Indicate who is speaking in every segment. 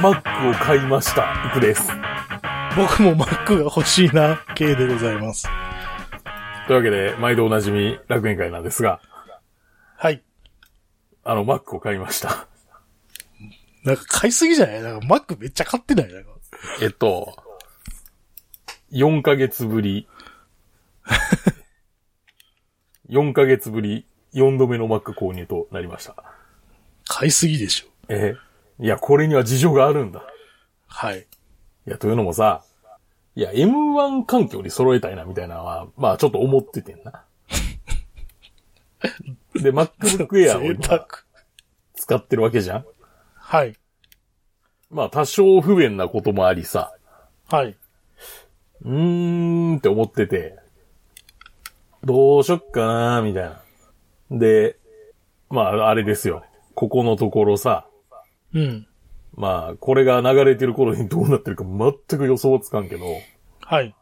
Speaker 1: Mac を買いました。いくです。
Speaker 2: 僕も Mac が欲しいな、系でございます。
Speaker 1: というわけで、毎度おなじみ楽園会なんですが、
Speaker 2: はい。
Speaker 1: あの、Mac を買いました。
Speaker 2: なんか買いすぎじゃないなんか Mac めっちゃ買ってないなんか
Speaker 1: えっと、4ヶ月ぶ り。4ヶ月ぶり、4度目の Mac 購入となりました。
Speaker 2: 買いすぎでしょ。
Speaker 1: えーいや、これには事情があるんだ。
Speaker 2: はい。
Speaker 1: いや、というのもさ、いや、M1 環境に揃えたいな、みたいなのは、まあ、ちょっと思っててん な。で、MacBook Air を
Speaker 2: 贅
Speaker 1: 今
Speaker 2: 沢。
Speaker 1: 使ってるわけじゃん
Speaker 2: はい。
Speaker 1: まあ、多少不便なこともありさ、
Speaker 2: はい。
Speaker 1: うーんって思ってて、どうしよっかな、みたいな。で、まあ、あれですよ。ここのところさ、
Speaker 2: うん。
Speaker 1: まあ、これが流れてる頃にどうなってるか全く予想はつかんけど、
Speaker 2: はい。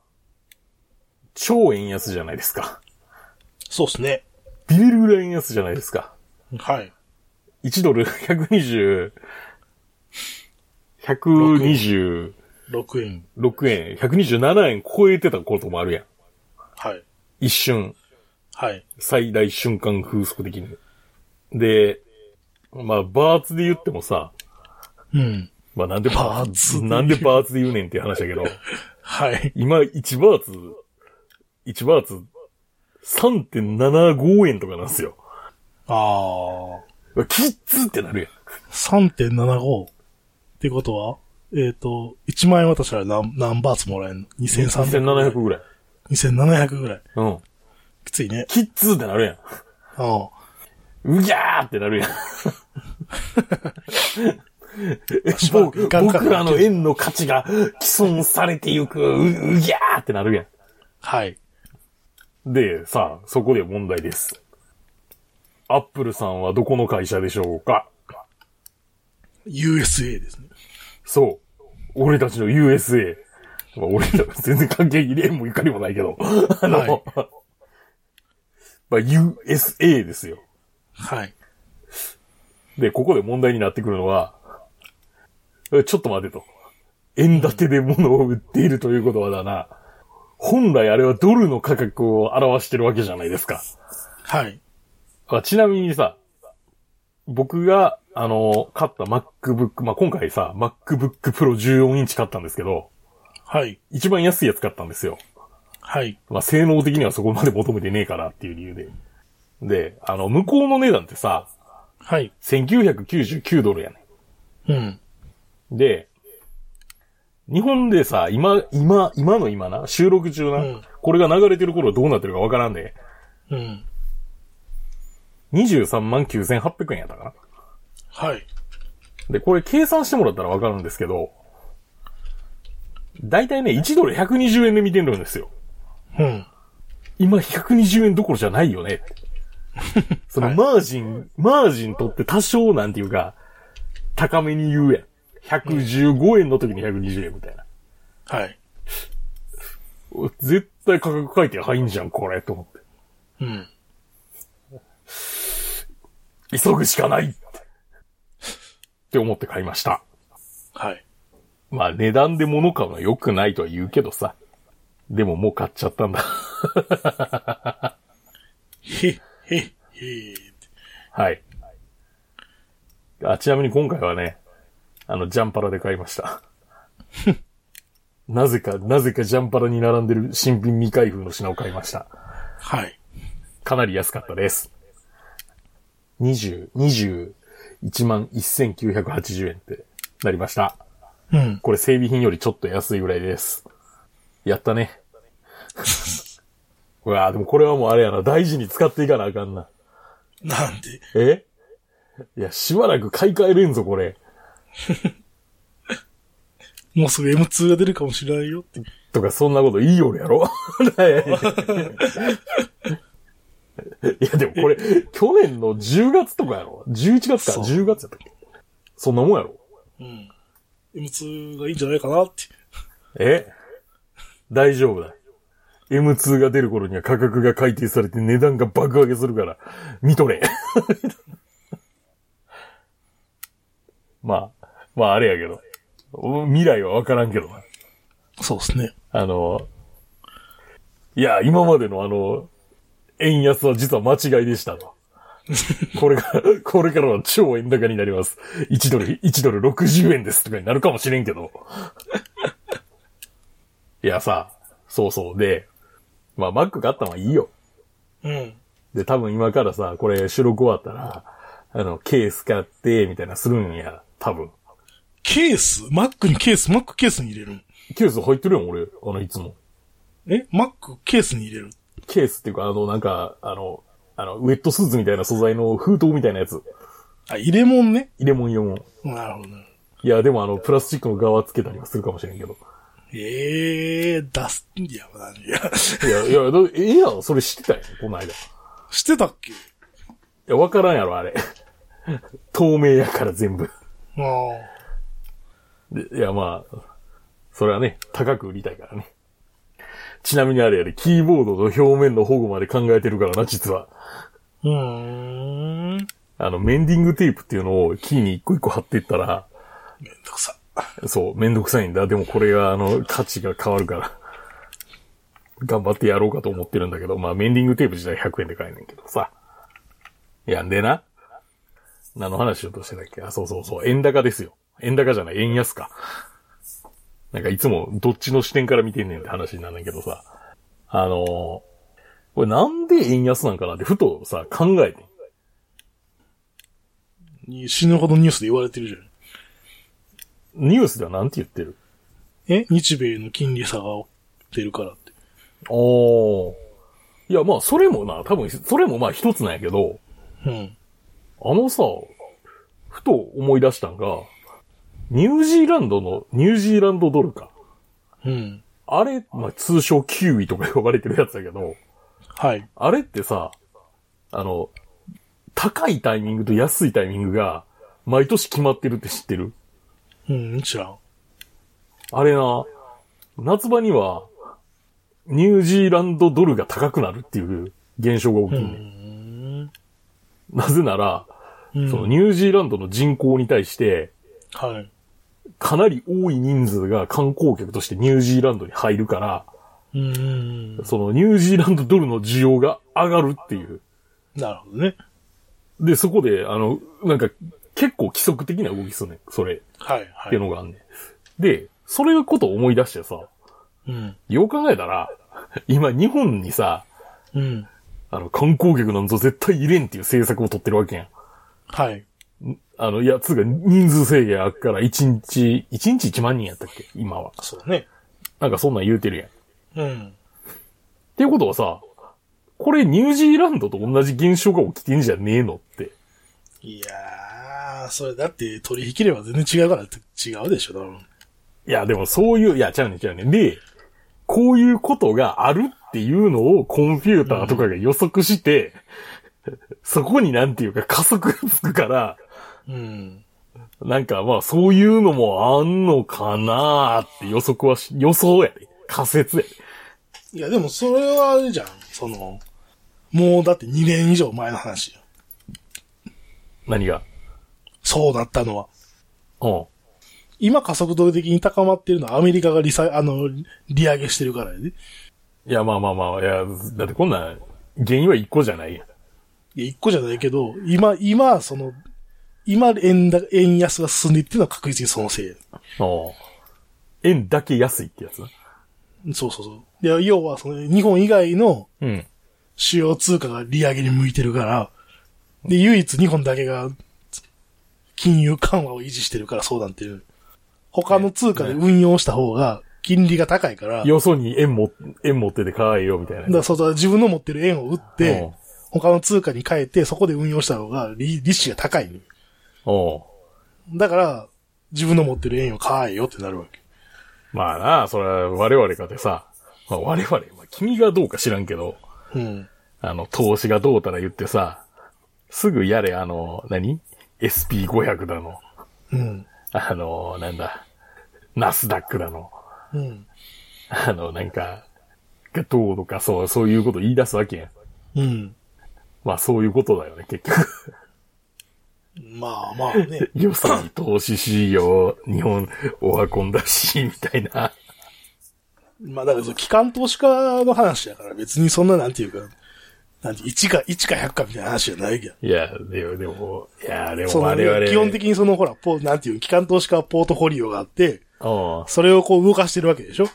Speaker 1: 超円安じゃないですか。
Speaker 2: そうっすね。
Speaker 1: ビビるぐらい円安じゃないですか。
Speaker 2: はい。
Speaker 1: 1ドル120、126
Speaker 2: 6円。
Speaker 1: 円、127円超えてたこともあるやん。
Speaker 2: はい。
Speaker 1: 一瞬、
Speaker 2: はい。
Speaker 1: 最大瞬間風速的に。で、まあ、バーツで言ってもさ、
Speaker 2: うん。
Speaker 1: まあなんで
Speaker 2: バーツ
Speaker 1: なんでバーツで言うねんっていう話だけど、
Speaker 2: はい。
Speaker 1: 今1バーツ、1バーツ3.75円とかなんですよ。
Speaker 2: あー。
Speaker 1: うわキッズってなるやん。
Speaker 2: 3.75。ってことはえっ、と、1万円渡したら何、何バーツもらえるの ?2300。
Speaker 1: 1700ぐらい。
Speaker 2: 2700ぐらい。
Speaker 1: うん。
Speaker 2: きついね。
Speaker 1: キッズってなるやん。
Speaker 2: うん。
Speaker 1: うぎゃーってなる やん。
Speaker 2: しばら
Speaker 1: 僕
Speaker 2: くいかんから
Speaker 1: 僕らの円の価値が毀損されてゆく、う、うぎゃーってなるや
Speaker 2: はい。
Speaker 1: ん。で、さあ、そこで問題です。アップルさんはどこの会社でしょうか
Speaker 2: USA ですね。
Speaker 1: そう。俺たちの USA。まあ、俺たち全然関係に縁もゆかりもないけど。あの、
Speaker 2: はい
Speaker 1: まあ、USA ですよ。
Speaker 2: はい。
Speaker 1: で、ここで問題になってくるのは、えちょっと待てと。円建てで物を売っているということはだな。本来あれはドルの価格を表してるわけじゃないですか。
Speaker 2: はい。
Speaker 1: あちなみにさ、僕が、あの、買った MacBook、まあ、今回さ、MacBook Pro 14インチ買ったんですけど、
Speaker 2: はい。
Speaker 1: 一番安いやつ買ったんですよ。
Speaker 2: はい。
Speaker 1: まあ、性能的にはそこまで求めてねえからっていう理由で。で、あの、向こうの値段ってさ、
Speaker 2: はい。
Speaker 1: 1999ドルやねん。
Speaker 2: うん。
Speaker 1: で、日本でさ、今、今、今の今な、収録中な、
Speaker 2: うん
Speaker 1: これが流れてる頃どうなってるかわからんで、
Speaker 2: うん。
Speaker 1: 23万9800円やったかな。
Speaker 2: はい。
Speaker 1: で、これ計算してもらったらわかるんですけど、だいたいね、1ドル120円で見てるんですよ。
Speaker 2: うん。
Speaker 1: 今120円どころじゃないよね。そのマージン、マージン取って多少なんていうか、高めに言うやん。115円の時に120円みたいな。
Speaker 2: はい。
Speaker 1: 絶対価格改定入んじゃん、これ、と思って。
Speaker 2: うん。
Speaker 1: 急ぐしかないって思って買いました。
Speaker 2: はい。
Speaker 1: まあ値段で物買うのは良くないとは言うけどさ。でももう買っちゃったんだ。
Speaker 2: へ、へ、へー
Speaker 1: はい。あ、ちなみに今回はね、あの、ジャンパラで買いました。 なぜか、なぜかジャンパラに並んでる新品未開封の品を買いました。
Speaker 2: はい。
Speaker 1: かなり安かったです。20、21万1980円ってなりました。
Speaker 2: うん。
Speaker 1: これ整備品よりちょっと安いぐらいです。やったね。 うわあでもこれはもうあれやな、大事に使っていかなあかんな。
Speaker 2: なんで、
Speaker 1: えいや、しばらく買い替えれんぞ、これ。
Speaker 2: もうすぐ M2 が出るかもしれないよって。
Speaker 1: とか、そんなこと言いよるやろ いや、でもこれ、去年の10月とかやろ ?11 月か
Speaker 2: そう
Speaker 1: ?10 月やったっけそんなもんやろ
Speaker 2: うん。M2 がいいんじゃないかなって。
Speaker 1: え大丈夫だ。M2 が出る頃には価格が改定されて値段が爆上げするから、見 とれ。まあ、まああれやけど。未来はわからんけどな。
Speaker 2: そうですね。
Speaker 1: あの、いや、今までのあの、円安は実は間違いでしたと。これから、これからは超円高になります。1ドル、1ドル60円ですとかになるかもしれんけど。いやさ、そうそう。で、まあ、マックがあったのはいいよ。
Speaker 2: うん。
Speaker 1: で、多分今からさ、これ収録終わったら、あの、ケース買って、みたいなするんや、多分。
Speaker 2: ケースマックにケース、マックケースに入れるん
Speaker 1: ケース入ってるやん、俺。あの、いつも。
Speaker 2: えマックケースに入れる
Speaker 1: ケースっていうか、あの、なんか、あの、あの、ウェットスーツみたいな素材の封筒みたいなやつ。
Speaker 2: あ、入れもんね。
Speaker 1: 入れ物入れ物。
Speaker 2: なるほどなる
Speaker 1: い
Speaker 2: ほ
Speaker 1: や、でもあの、プラスチックの側つけたりはするかもしれんけど。
Speaker 2: ど。ええー、出す、いや、まあいや、
Speaker 1: いや、いや、だええやん、それ知ってたやん、この間。い
Speaker 2: してたっけ
Speaker 1: や、わからんやろ、あれ。 透明やから全部。
Speaker 2: ああ。
Speaker 1: でいや、まあ、それはね、高く売りたいからね。ちなみにあれやで、キーボードの表面の保護まで考えてるからな、実は。
Speaker 2: うーん。めん
Speaker 1: あの、メンディングテープっていうのをキーに一個一個貼っていったら、
Speaker 2: どくさ。
Speaker 1: そう、めんどくさいんだ。でもこれが、あの、価値が変わるから。頑張ってやろうかと思ってるんだけど、まあ、メンディングテープ自体100円で買えんねんけどさ。いやんでな。何の話しようとしてたっけあ、そうそうそう。円高ですよ。円高じゃない、円安か。なんかいつもどっちの視点から見てんねんって話になんねんけどさ。あのーこれなんで円安なんかなってふとさ、考えてん
Speaker 2: 死ぬほどニュースで言われてるじゃん。
Speaker 1: ニュースではなんて言ってる
Speaker 2: え日米の金利差が出るからって。
Speaker 1: おー。いや、まあ、それもな、多分、それもまあ一つなんやけど、
Speaker 2: うん。
Speaker 1: あのさ、ふと思い出したんが、ニュージーランドの、ニュージーランドドルか。
Speaker 2: うん。
Speaker 1: あれ、まあ、通称キウイとか呼ばれてるやつだけど、
Speaker 2: はい。
Speaker 1: あれってさ、あの、高いタイミングと安いタイミングが、毎年決まってるって知ってる
Speaker 2: うん、知らん。
Speaker 1: あれな、夏場には、ニュージーランドドルが高くなるっていう現象が起き
Speaker 2: う
Speaker 1: る、ね
Speaker 2: ん。
Speaker 1: なぜなら、
Speaker 2: うん
Speaker 1: そのニュージーランドの人口に対して、
Speaker 2: はい。
Speaker 1: かなり多い人数が観光客としてニュージーランドに入るから、
Speaker 2: うんうんうん。
Speaker 1: そのニュージーランドドルの需要が上がるっていう。
Speaker 2: なるほどね。
Speaker 1: で、そこで、あの、なんか、結構規則的な動きするねんそれ、
Speaker 2: はい、
Speaker 1: っ
Speaker 2: は
Speaker 1: ていう
Speaker 2: い。
Speaker 1: のがあんねん。で、それのことを思い出してさ、
Speaker 2: うん。
Speaker 1: よう考えたら、今日本にさ、
Speaker 2: うん。
Speaker 1: あの、観光客なんぞ絶対入れんっていう政策を取ってるわけやん。
Speaker 2: はい。
Speaker 1: あの、いや、つうか、人数制限あっから、1日、1日1万人やったっけ今は。
Speaker 2: そうね。
Speaker 1: なんかそんなん言うてるやん。
Speaker 2: うん。
Speaker 1: っていうことはさ、これニュージーランドと同じ現象が起きてんじゃねえのって。
Speaker 2: いやー、それだって取引れば全然違うからって違うでしょ、多分。
Speaker 1: いや、でもそういう、いや、ちゃうねんちゃうねん。で、こういうことがあるっていうのをコンピューターとかが予測して、そこになんていうか加速がつくから、
Speaker 2: うん。
Speaker 1: なんかまあそういうのもあんのかなーって予測はし、予想やで。仮説やで。
Speaker 2: いや、でもそれはあれじゃん。その、もうだって2年以上前の話よ。
Speaker 1: 何が。
Speaker 2: そうなったのは。
Speaker 1: うん。
Speaker 2: 今加速度的に高まってるのはアメリカが利さ、あの、利上げしてるからやで。い
Speaker 1: いや、まあまあまあ、いや、だってこんなん、原因は一個じゃないやん。
Speaker 2: や、一個じゃないけど、今、今、その、今、円だ、円安が進んでいってるのは確実にそのせいや。
Speaker 1: うん。円だけ安いってやつな。
Speaker 2: そうそうそう。いや、要は、その、日本以外の
Speaker 1: うん。
Speaker 2: 主要通貨が利上げに向いてるから、で、唯一日本だけが、金融緩和を維持してるからそうなんていう。他の通貨で運用した方が、金利が高いから、だか
Speaker 1: よそに円も、円持ってて買えよ、みたいな。
Speaker 2: らそうそう自分の持ってる円を売って、
Speaker 1: うん
Speaker 2: 他の通貨に変えて、そこで運用した方が利、利子が高いのよ。
Speaker 1: おう
Speaker 2: だから、自分の持ってる円を買えよってなるわけ。
Speaker 1: まあな、それは我々かてさ、まあ、我々、まあ、君がどうか知らんけど、
Speaker 2: うん。
Speaker 1: あの、投資がどうたら言ってさ、すぐやれ、あの、何 ?SP500 だの、
Speaker 2: うん。
Speaker 1: あの、なんだ、ナスダックだの、
Speaker 2: うん。
Speaker 1: あの、なんか、がどうとか、そう、そういうこと言い出すわけやん。
Speaker 2: うん。
Speaker 1: まあそういうことだよね、結局。
Speaker 2: まあまあ ね。
Speaker 1: 予算投資しよう、日本オワコンだし、みたいな。
Speaker 2: まあだからその機関投資家の話やから別にそんななんていうか、なんて1か、1か100かみたいな話じゃないけど。
Speaker 1: いや、でも、でも、いや、で
Speaker 2: そ
Speaker 1: も
Speaker 2: の
Speaker 1: 我々。
Speaker 2: 基本的にそのほら、ポなんていうの機関投資家はポートフォリオがあって、
Speaker 1: うん
Speaker 2: それをこう動かしてるわけでしょ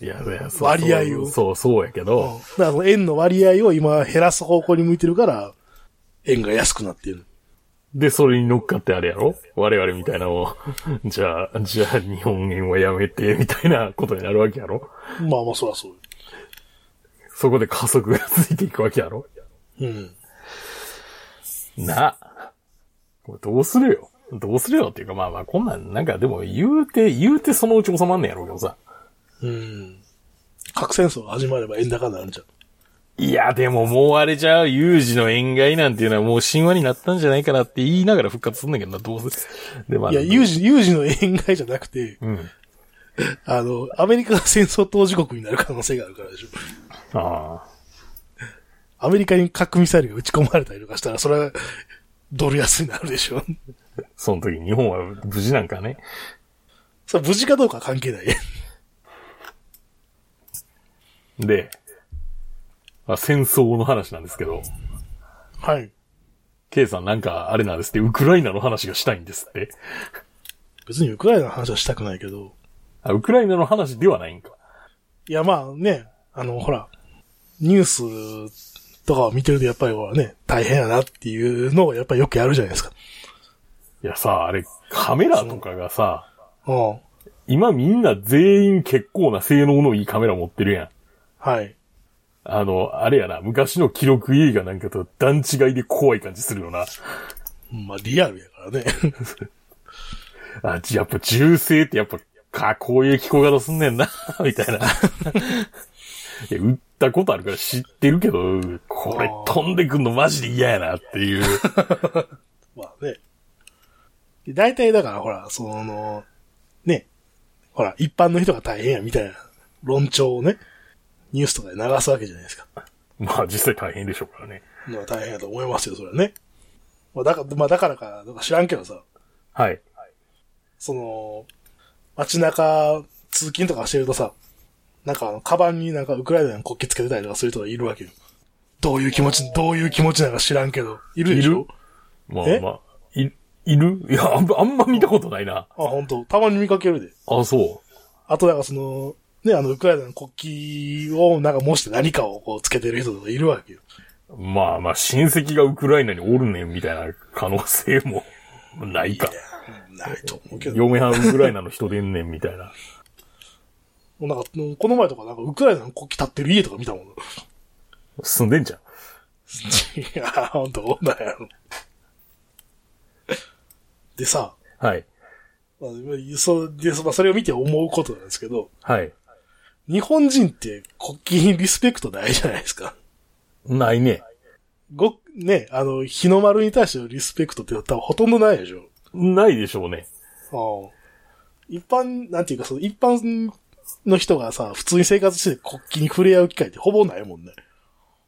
Speaker 1: いや、いやそう
Speaker 2: 割合を
Speaker 1: そう、そうやけ
Speaker 2: だ
Speaker 1: ど、
Speaker 2: からその円の割合を今減らす方向に向いてるから、円が安くなってる。
Speaker 1: で、それに乗っかってあれやろ我々みたいなのを、 じゃあ、じゃあ日本円はやめて、みたいなことになるわけやろ
Speaker 2: まあまあそらそうよ。
Speaker 1: そこで加速がついていくわけやろ
Speaker 2: うん。
Speaker 1: なあ。これどうするよ。どうするよっていうか、まあまあ、こんなん、なんかでも言うて、言うてそのうち収まんねやろうけどさ。
Speaker 2: うん。核戦争が始まれば円高になるじゃん。
Speaker 1: いや、でももうあれじゃあ、有事の円買いなんていうのはもう神話になったんじゃないかなって言いながら復活すんだけどな、どうせ。で、まあ、
Speaker 2: いや、有事、有事の円買いじゃなくて、
Speaker 1: うん。
Speaker 2: あの、アメリカが戦争当事国になる可能性があるからでしょ。
Speaker 1: ああ。
Speaker 2: アメリカに核ミサイルが撃ち込まれたりとかしたら、それは、ドル安になるでしょ。
Speaker 1: その時日本は無事なんかね。
Speaker 2: それ無事かどうかは関係ない。
Speaker 1: で、まあ、戦争の話なんですけど、
Speaker 2: はい。
Speaker 1: ケイさんなんかあれなんですって、ウクライナの話がしたいんですって。
Speaker 2: 別にウクライナの話はしたくないけど、
Speaker 1: あ、ウクライナの話ではないんか。
Speaker 2: いや、まあね、あの、ほら、ニュースとかを見てると、やっぱりほらね、大変やなっていうのを、やっぱりよくやるじゃないですか。
Speaker 1: いやさ、あれ、カメラとかがさ、
Speaker 2: うん。
Speaker 1: 今みんな全員結構な性能のいいカメラ持ってるやん。
Speaker 2: はい。
Speaker 1: あの、あれやな、昔の記録映画なんかと段違いで怖い感じするよな。
Speaker 2: まあ、リアルやからね。
Speaker 1: あ、じやっぱ銃声ってやっぱ、か、こういう聞こえ方すんねんな、 み たいな。いや、撃ったことあるから知ってるけど、これ飛んでくんのマジで嫌やなって いう。
Speaker 2: まあね。で大体だからほら、その、ね、ほら、一般の人が大変やみたいな論調をね、ニュースとかで流すわけじゃないですか。
Speaker 1: まあ実際大変でしょうからね。
Speaker 2: まあ大変やと思いますよ、それはね。まあだから、まあだからか、なんか知らんけどさ、
Speaker 1: はい。
Speaker 2: その、街中、通勤とかしてるとさ、なんかあの、カバンになんかウクライナの国旗つけてたりとかする人がいるわけよ。どういう気持ち、どういう気持ちなのか知らんけど、いるでしょ
Speaker 1: いるまあ
Speaker 2: え
Speaker 1: まあ、い、いるいやあんま、あんま見たことないな。
Speaker 2: あ、本当たまに見かけるで。
Speaker 1: あ、そ
Speaker 2: あと、だからその、ね、あの、ウクライナの国旗をなんか模して何かをこうつけてる人とかいるわけよ。
Speaker 1: う。まあまあ、親戚がウクライナにおるねんみたいな可能性もないか。
Speaker 2: ないと思うけど。
Speaker 1: 嫁はんウクライナの人でんねんみたい な。
Speaker 2: なんか、この前とかなんかウクライナの国旗立ってる家とか見たもん。
Speaker 1: 住んでんじゃん。
Speaker 2: いや、ほんと、なんやろ。でさ、
Speaker 1: はい。
Speaker 2: まあそうでそまあそれを見て思うことなんですけど、
Speaker 1: はい。
Speaker 2: 日本人って国旗にリスペクトないじゃないですか。
Speaker 1: ないね。
Speaker 2: ご、ね、あの、日の丸に対してのリスペクトって多分ほとんどないでしょ。
Speaker 1: ないでしょうね。
Speaker 2: ああ一般、なんていうか、その一般の人がさ、普通に生活してて国旗に触れ合う機会ってほぼないもんね。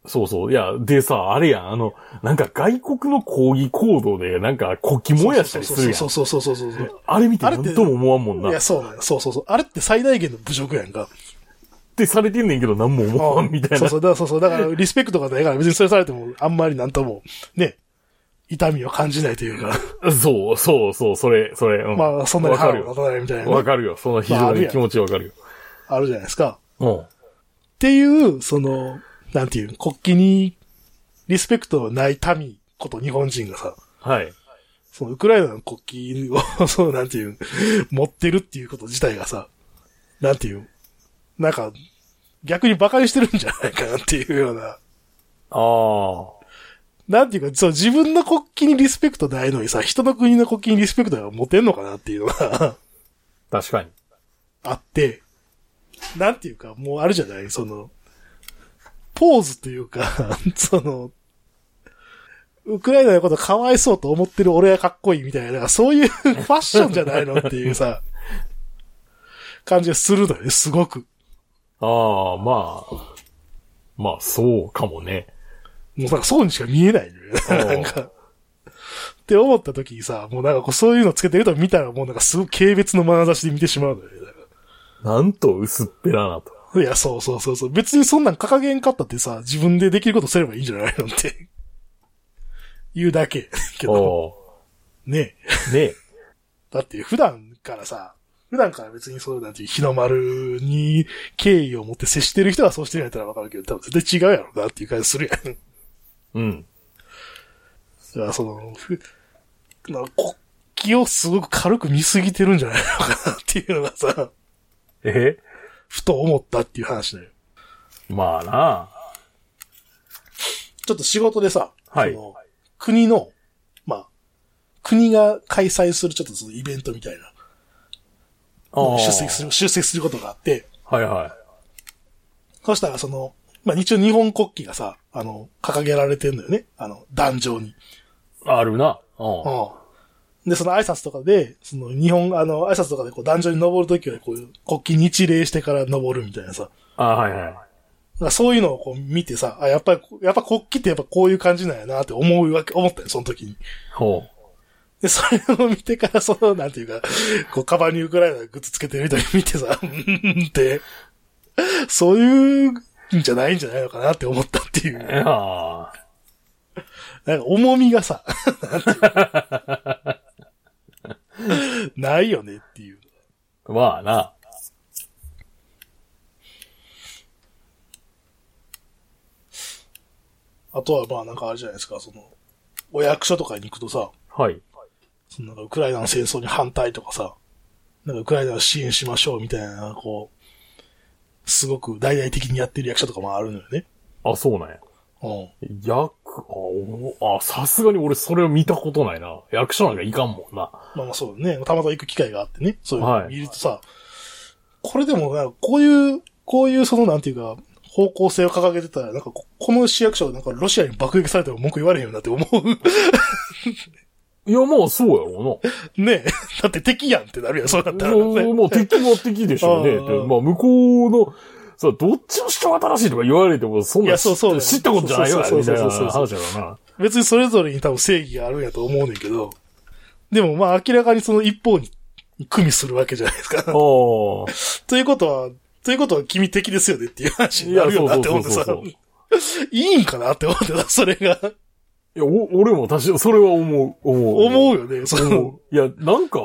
Speaker 1: そうそう。いや、でさ、あれやん、あの、なんか外国の抗議行動で、なんか国旗燃やしたりするや
Speaker 2: そ
Speaker 1: ん
Speaker 2: う。そうそうそうそうそう
Speaker 1: あれ見て
Speaker 2: あれって
Speaker 1: 何とも思わんもん
Speaker 2: い
Speaker 1: な。
Speaker 2: や、
Speaker 1: っ
Speaker 2: そうなんやそうそうそう。あれって最大限の侮辱やんか。
Speaker 1: てされてんねんけど何も思わんみたい
Speaker 2: そ
Speaker 1: な
Speaker 2: う。そう、だからそうそう。だからリスペクトがないから別にそれされてもあんまりなんとも、ね、痛みを感じないというか、
Speaker 1: そう、そう、そう、それ、それ。う
Speaker 2: まあそんなに
Speaker 1: わか
Speaker 2: 腹
Speaker 1: る
Speaker 2: を
Speaker 1: よ
Speaker 2: 立。たないみたいな
Speaker 1: わ
Speaker 2: ね、
Speaker 1: かるよ。その非常に気持ちわかるよ。
Speaker 2: あるじゃないですか。
Speaker 1: うん。
Speaker 2: っていう、その、なんていう、国旗にリスペクトのない民こと日本人がさ、
Speaker 1: はい。
Speaker 2: そのウクライナの国旗を、 そうなんていう、持ってるっていうこと自体がさ、なんていう、なんか、逆に馬鹿にしてるんじゃないかなっていうような、
Speaker 1: ああ。
Speaker 2: なんていうか、そう、自分の国旗にリスペクトないのにさ、人の国の国旗にリスペクトが持てんのかなっていうのが
Speaker 1: 確かに。
Speaker 2: あって、なんていうか、もうあるじゃないその、ポーズというか、 その、ウクライナのことかわいそうと思ってる俺はかっこいいみたいな、なんかそう いうファッションじゃないのっていうさ、感じがするのよね、すごく。
Speaker 1: ああ、まあ。まあ、そうかもね。
Speaker 2: もうなんかそうにしか見えないのよね、
Speaker 1: おう
Speaker 2: なんか。って思った時にさ、もうなんかこうそういうのつけてると見たらもうなんかすごい軽蔑の眼差しで見てしまうのよね。だか
Speaker 1: なんと薄っぺらなと。
Speaker 2: らいや、そうそうそうそう。別にそんなん掲げんかったってさ、自分でできることすればいいんじゃないのって。言うだけ。けど、
Speaker 1: お
Speaker 2: ねえ。
Speaker 1: ーねえ。
Speaker 2: だって普段からさ、普段から別にそうなんていう日の丸に敬意を持って接してる人はそうしてるんやったらわかるけど、多分絶対違うやろうなっていう感じするやん。
Speaker 1: うん。
Speaker 2: だからその、ふなんか国旗をすごく軽く見すぎてるんじゃないのかなっていうのがさ、
Speaker 1: え
Speaker 2: ふと思ったっていう話だよ。
Speaker 1: まあな
Speaker 2: ちょっと仕事でさ、
Speaker 1: はい
Speaker 2: その国の、まあ、国が開催するちょっとそのイベントみたいな、
Speaker 1: あ。
Speaker 2: 出席する、出席することがあって、
Speaker 1: はいはい。
Speaker 2: そしたらその、まあ一応日本国旗がさ、あの、掲げられてんのよね。あの、壇上に。
Speaker 1: あるな。うん。
Speaker 2: うん。で、その挨拶とかで、その日本、あの、挨拶とかでこう壇上に登るときはこういう国旗に一礼してから登るみたいなさ。
Speaker 1: あはいはい。
Speaker 2: だからそういうのをこう見てさ、あ、やっぱり、やっぱ国旗ってやっぱこういう感じなんやなって思うわけ、思ったよ、その時に。
Speaker 1: ほう。
Speaker 2: で、それを見てから、その、なんていうか、こう、カバンにウクライナのグッズつけてる人に見てさ、 うーんって、そういうんじゃないんじゃないのかなって思ったっていう。
Speaker 1: ああ。
Speaker 2: なんか重みがさ、なんていうかないよねっていう。
Speaker 1: まあな。
Speaker 2: あとはまあなんかあれじゃないですか、その、お役所とかに行くとさ、
Speaker 1: はい。
Speaker 2: そのなんかウクライナの戦争に反対とかさ、なんかウクライナを支援しましょうみたいな、こう、すごく大々的にやってる役所とかもあるのよね。
Speaker 1: あ、そうなんや。
Speaker 2: うん。
Speaker 1: 役、あお、あ、さすがに俺それを見たことないな。役所なんかいかんもんな。
Speaker 2: まあまあそうだね。たまたま行く機会があってね。そういう
Speaker 1: は
Speaker 2: の
Speaker 1: い
Speaker 2: 見るとさ、これでもなんかこういう、こういうそのなんていうか、方向性を掲げてたら、なんかここの市役所なんかロシアに爆撃されても文句言われへんよなって思う。
Speaker 1: いや、まあそうやろ
Speaker 2: ねえ。 だって敵やんってなるやん、そうなった
Speaker 1: な。
Speaker 2: らね。
Speaker 1: もう敵は敵でしょうね。
Speaker 2: あー
Speaker 1: でまあ向こうの、さ、どっちの人が正しいとか言われても、そん
Speaker 2: い
Speaker 1: な
Speaker 2: や
Speaker 1: 知
Speaker 2: そうそうだよ
Speaker 1: 知ったことじゃないよな、
Speaker 2: そう
Speaker 1: み
Speaker 2: そ
Speaker 1: た
Speaker 2: う
Speaker 1: い
Speaker 2: そう
Speaker 1: な
Speaker 2: そうそう
Speaker 1: 話やろな。
Speaker 2: 別にそれぞれに多分正義があるんやと思うねんけど、でもまあ明らかにその一方に組みするわけじゃないですか。
Speaker 1: あ あ。
Speaker 2: ということは、ということは君敵ですよねっていう話
Speaker 1: い
Speaker 2: にな
Speaker 1: や、
Speaker 2: るよ
Speaker 1: そう
Speaker 2: な
Speaker 1: そ
Speaker 2: っ
Speaker 1: う
Speaker 2: て思
Speaker 1: そ
Speaker 2: っ
Speaker 1: うそ
Speaker 2: て
Speaker 1: う
Speaker 2: さ
Speaker 1: そ、う。い
Speaker 2: いいんかなって思ってた、それが。
Speaker 1: や、お俺も確か、それは思う、思う。
Speaker 2: 思うよね、その。
Speaker 1: いや、なんか、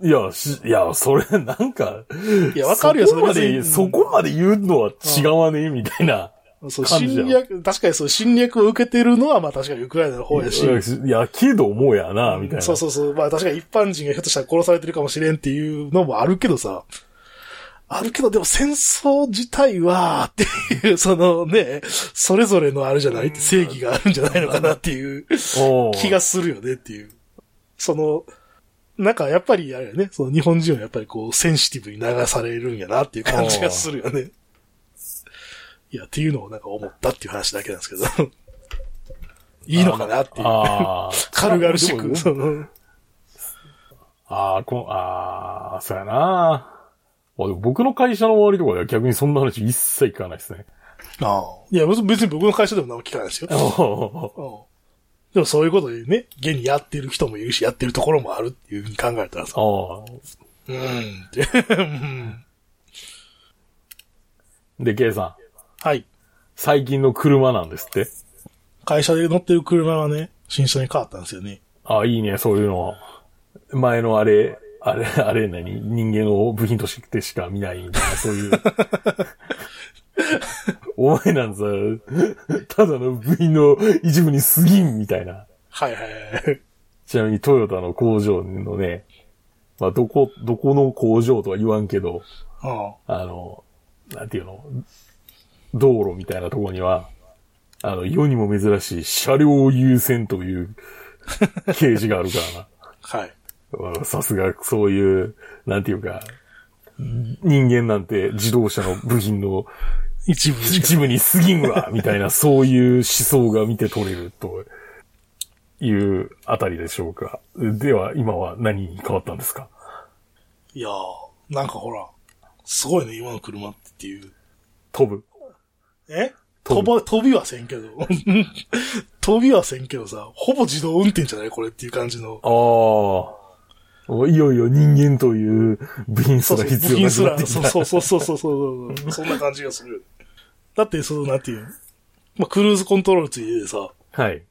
Speaker 1: いや、し、いや、それ、なんか、
Speaker 2: いや、わかるよ、
Speaker 1: そこま
Speaker 2: れ別
Speaker 1: で、
Speaker 2: に
Speaker 1: そこまで言うのは違わねえ、みたいな。
Speaker 2: そう、
Speaker 1: 感じや
Speaker 2: 侵略、確かにそう、侵略を受けてるのは、まあ確かにウクライナの方やし、
Speaker 1: いや、けど思うやな、みたいな。
Speaker 2: そうそうそう、まあ確かに一般人がひょっとしたら殺されてるかもしれんっていうのもあるけどさ、あるけど、でも戦争自体は、っていう、そのね、それぞれのあれじゃないって正義があるんじゃないのかなっていう
Speaker 1: おー
Speaker 2: 気がするよねっていう。その、なんかやっぱりあれよね、その日本人はやっぱりこうセンシティブに流されるんやなっていう感じがするよ ね。いや、っていうのをなんか思ったっていう話だけなんですけど。 いいのかなっていう。
Speaker 1: あー
Speaker 2: 軽々し
Speaker 1: でも
Speaker 2: く、その、
Speaker 1: あーこん、あーそうやな。まあ、でも僕の会社の周りとかでは逆にそんな話一切聞かないです ね。
Speaker 2: いや、別に別に僕の会社でも何も聞かないですよ。
Speaker 1: お
Speaker 2: うんでもそういうことでね、現にやってる人もいるし、やってるところもあるっていうふうに考えたら
Speaker 1: ー
Speaker 2: さ、
Speaker 1: あ
Speaker 2: うんって。うん
Speaker 1: ーで、ケイさん、
Speaker 2: はい。
Speaker 1: 最近の車なんですって。
Speaker 2: 会社で乗ってる車はね、新車に変わったんですよね。
Speaker 1: ああ、いいね、そういうの。前のあれ、あれ、 あれ何人間を部品としてしか見ないみたいな、そう いう。お前なんざ、ただの部品の一部に過ぎんみたいな。
Speaker 2: はいはい はい。
Speaker 1: ちなみにトヨタの工場のね、まあ、どこ、どこの工場とは言わんけど、
Speaker 2: うん。
Speaker 1: あの、なんていうの、道路みたいなところには、あの、世にも珍しい車両優先という 掲示があるからな。
Speaker 2: はい。
Speaker 1: うんさすが、そういう、なんていうか、人間なんて自動車の部品の
Speaker 2: 一部しか。
Speaker 1: 一部に過ぎんわ、みたいな、そういう思想が見て取れるというあたりでしょうか。では、今は何に変わったんですか
Speaker 2: いやー、なんかほら、すごいね、今の車ってっていう。
Speaker 1: 飛ぶ。
Speaker 2: え飛ば、飛びはせんけど。 飛びはせんけどさ、ほぼ自動運転じゃないこれっていう感じの。
Speaker 1: ああ。おいよいよ人間という部品す
Speaker 2: そう
Speaker 1: ら
Speaker 2: そう、
Speaker 1: 必
Speaker 2: 部
Speaker 1: 要なく
Speaker 2: 品す
Speaker 1: なっ
Speaker 2: ら、
Speaker 1: てきた
Speaker 2: そうそうそうそうそうそうそう、そんな感じがする。だって、その、なんていうのまあ、クルーズコントロールついててさ、
Speaker 1: はい。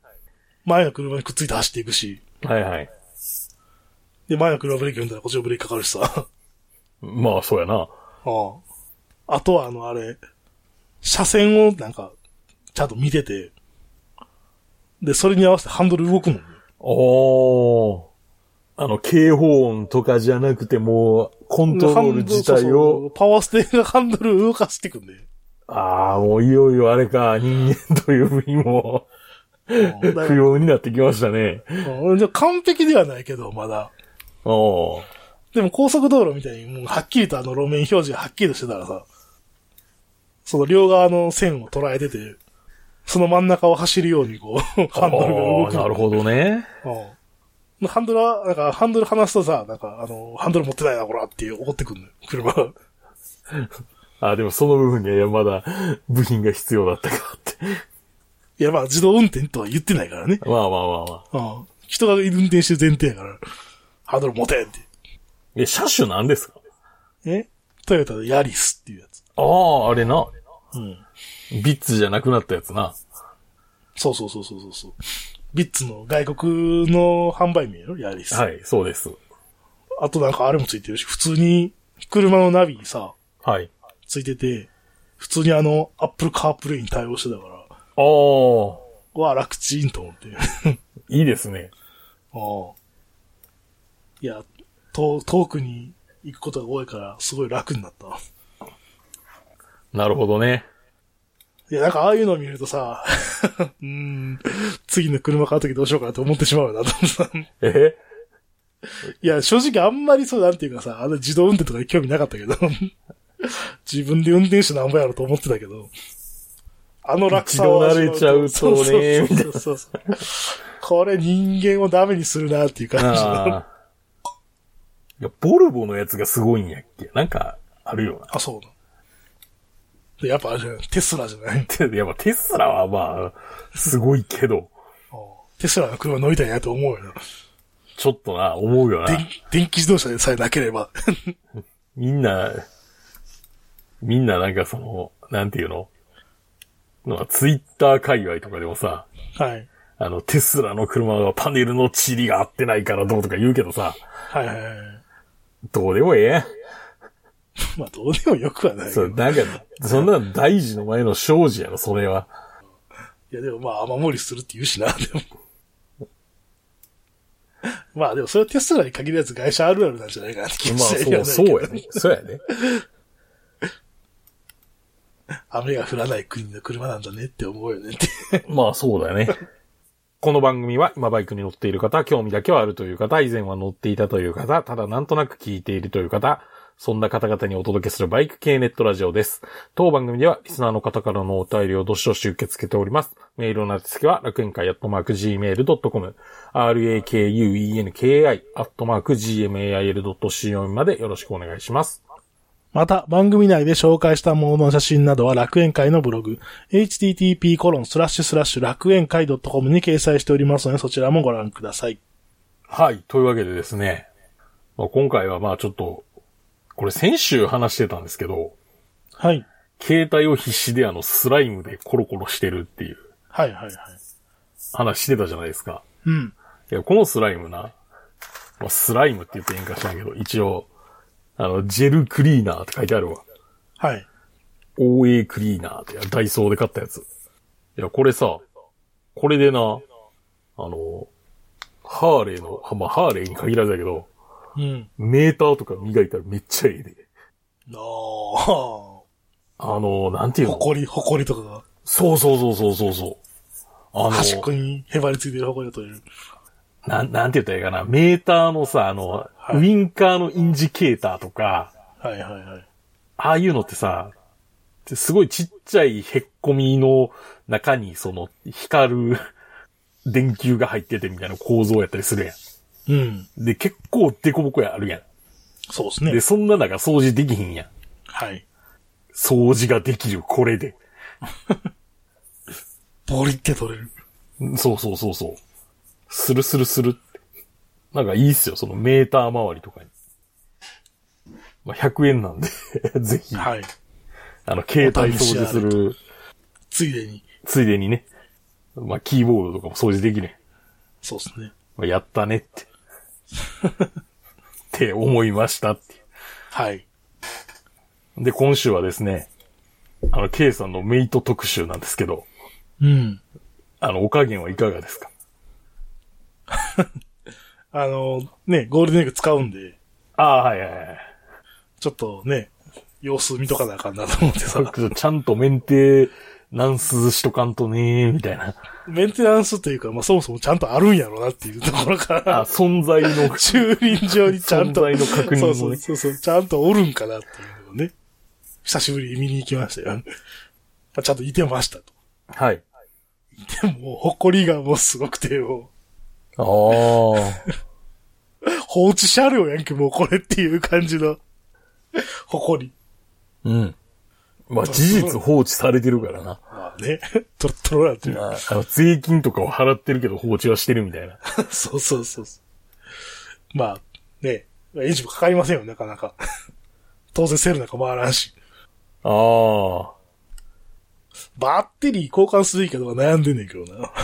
Speaker 2: 前の車にくっついて走っていくし、
Speaker 1: はいはい。
Speaker 2: で、前の車ブレーキ踏んだらこっちのブレーキかかるしさ。
Speaker 1: まあ、そうやな。
Speaker 2: あああとは、あの、あれ、車線をなんか、ちゃんと見てて、で、それに合わせてハンドル動くもんね。
Speaker 1: おー。あの、警報音とかじゃなくて、もう、コントロール自
Speaker 2: ハ
Speaker 1: 体
Speaker 2: ンドルそうそうそ
Speaker 1: を
Speaker 2: う、パワーステーがハンドル動かしてい くんで。
Speaker 1: ああ、もういよいよあれか、人間という部品 も、
Speaker 2: うんだか
Speaker 1: 不要になってきましたね。
Speaker 2: らうんじゃあ完璧ではないけど、まだ。
Speaker 1: おー。
Speaker 2: でも高速道路みたいに、もうはっきりとあの路面表示がはっきりとしてたらさ、その両側の線を捉えてて、その真ん中を走るようにこう、ハンドルが動
Speaker 1: あ
Speaker 2: く。
Speaker 1: ーなるほどね。
Speaker 2: うんハンドルは、なんか、ハンドル離すとさ、なんか、あの、ハンドル持ってないな、こらって怒ってくるのよ、車が。
Speaker 1: あ、でもその部分にはまだ部品が必要だったかって。
Speaker 2: いや、まあ、自動運転とは言ってないからね。
Speaker 1: まあまあまあまあ。
Speaker 2: うん。人が運転してる前提やから、ハンドル持てんって。
Speaker 1: え、車種なんですか
Speaker 2: えトヨタでヤリスっていうやつ。
Speaker 1: ああ、あれな。
Speaker 2: うん。
Speaker 1: ビッツじゃなくなったやつな。
Speaker 2: そうそうそうそうそうそう。ビッツの外国の販売名やろヤリス。
Speaker 1: はい、そうです。
Speaker 2: あとなんかあれもついてるし、普通に車のナビにさ、
Speaker 1: はい。
Speaker 2: ついてて、普通にあの、アップルカープレイに対応してたから、
Speaker 1: ああ、
Speaker 2: わ、楽ちんと思って。
Speaker 1: いいですね。
Speaker 2: ああ。いや、と、遠くに行くことが多いから、すごい楽になった。
Speaker 1: なるほどね。
Speaker 2: いや、なんかああいうのを見るとさ、 うーん、次の車買うときどうしようかなって思ってしまうよな、と思ってさ。
Speaker 1: え
Speaker 2: いや、正直あんまりそう、なんていうかさ、あの自動運転とかに興味なかったけど、 自分で運転手なんぼやろと思ってたけど、あの楽さは
Speaker 1: 一度慣れちゃうとね
Speaker 2: そうそうそうそうそうそう。これ人間をダメにするなっていう感じの。
Speaker 1: ああ。いや、ボルボのやつがすごいんやっけなんか、あるよな。
Speaker 2: あ、そうなの。でやっぱあれじゃないテスラじゃない
Speaker 1: て やっぱテスラはまあ、すごいけど、
Speaker 2: テスラの車乗りたいなと思うよな。
Speaker 1: ちょっとな、思うよな
Speaker 2: 電。電気自動車でさえなけ れば。
Speaker 1: みんな、みんななんかその、なんていうのまあツイッター界隈とかでもさ、
Speaker 2: はい。
Speaker 1: あの、テスラの車はパネルのチリが合ってないからどうとか言うけどさ、
Speaker 2: はいはいはい。
Speaker 1: どうでもええやん。
Speaker 2: まあ、どうでもよくはない。
Speaker 1: そう、なんか、そんな大事の前の生事やろ、それは。
Speaker 2: いや、でもまあ、雨漏りするって言うしな、でも。まあ、でもそれはテスラに限るやつ会社あるあるなんじゃ ないかなって気が
Speaker 1: まあ、
Speaker 2: して
Speaker 1: そう、そうやね。そうやね。
Speaker 2: 雨が降らない国の車なんだねって思うよねって。
Speaker 1: まあそうだよね。 この番組は今バイクに乗っている方、興味だけはあるという方、以前は乗っていたという方、ただなんとなく聞いているという方、そんな方々にお届けするバイク系ネットラジオです。当番組ではリスナーの方からのお便りをどしどし受け付けております。メールの宛先は楽園会アットマーク gmail.com、rakuenki アットマーク gmail.co までよろしくお願いします。
Speaker 2: また、番組内で紹介したものの写真などは楽園会のブログ、http コロンスラッシュスラッシュ楽園会 .com に掲載しておりますので、そちらもご覧ください。
Speaker 1: はい。というわけでですね。まあ、今回はまあちょっと、これ先週話してたんですけど、
Speaker 2: はい。
Speaker 1: 携帯を必死であのスライムでコロコロしてるっていう
Speaker 2: はいはいはい。
Speaker 1: 話してたじゃないですか。
Speaker 2: うん。
Speaker 1: いや、このスライムな、まあ、スライムって言って変化したんやけど、一応、あの、ジェルクリーナーって書いてあるわ。
Speaker 2: はい。
Speaker 1: OA クリーナーってダイソーで買ったやつ。いや、これさ、これでな、あの、ハーレーの、まあ、ハーレーに限らずだけど、
Speaker 2: うん。
Speaker 1: メーターとか磨いたらめっちゃええで。
Speaker 2: ああ。
Speaker 1: あの、なんていうの
Speaker 2: 誇り、誇りとかが、
Speaker 1: そうそうそうそうそうそう。あ
Speaker 2: 端っ
Speaker 1: の
Speaker 2: こ、にへばりついてる誇りが取れる。
Speaker 1: なん、なんて言ったらいいかな。メーターのさ、あの、
Speaker 2: はい
Speaker 1: ウィンカーのインジケーターとか、
Speaker 2: はいはいはい。
Speaker 1: ああいうのってさ、すごいちっちゃいへっこみの中に、その、光る電球が入っててみたいな構造やったりするや
Speaker 2: うん。
Speaker 1: ん。で、結構デコボコやあるや
Speaker 2: そうです
Speaker 1: ん。
Speaker 2: ね
Speaker 1: で、。そんな中掃除できひんやん。
Speaker 2: はい。
Speaker 1: 掃除ができる、これで。
Speaker 2: ボリって取れる。
Speaker 1: そうそうそうそう。スルスルスルって。なんかいいっすよ、そのメーター周りとかに。まあ、100円なんで、 ぜひ、
Speaker 2: はい。
Speaker 1: あの、携帯掃除する、
Speaker 2: ついでに。
Speaker 1: ついでにね、まあ、キーボードとかも掃除できね
Speaker 2: そうですね。
Speaker 1: まあ、やったね って。って思いましたって。
Speaker 2: はい。
Speaker 1: で、今週はですね、あの、K さんのメイト特集なんですけど、
Speaker 2: うん。
Speaker 1: あの、お加減はいかがですか
Speaker 2: あの、ね、ゴールデンウィーク使うんで、
Speaker 1: ああ、はいはいはい。
Speaker 2: ちょっとね、様子見とかなあかんなと思ってさ、
Speaker 1: ちゃんとメンテナンスしとかんとねみたいな。
Speaker 2: メンテナンスというか、まあそもそもちゃんとあるんやろうなっていうところか
Speaker 1: あ、
Speaker 2: ら、、
Speaker 1: 存在の
Speaker 2: 駐輪場にちゃんと、
Speaker 1: 存在の確認
Speaker 2: そ
Speaker 1: も
Speaker 2: う
Speaker 1: ね
Speaker 2: そうそうそう、ちゃんとおるんかなっていうのをね、久しぶりに見に行きましたよ。あちゃんといてましたと。
Speaker 1: はい。
Speaker 2: でも、埃がもうすごくてよ、
Speaker 1: ああ。
Speaker 2: 放置車両やんけ、もうこれっていう感じの、埃。
Speaker 1: うん。まあ、事実放置されてるからな。
Speaker 2: まあね、トロトロなんていう。
Speaker 1: ああの、税金とかを払ってるけど放置はしてるみたいな。
Speaker 2: そうそうそうそう。まあ、ね、エンジンもかかりませんよ、なかなか。 当然セルなんか回らんし。
Speaker 1: ああ。
Speaker 2: バッテリー交換すべきかとか悩んでんねんけどな。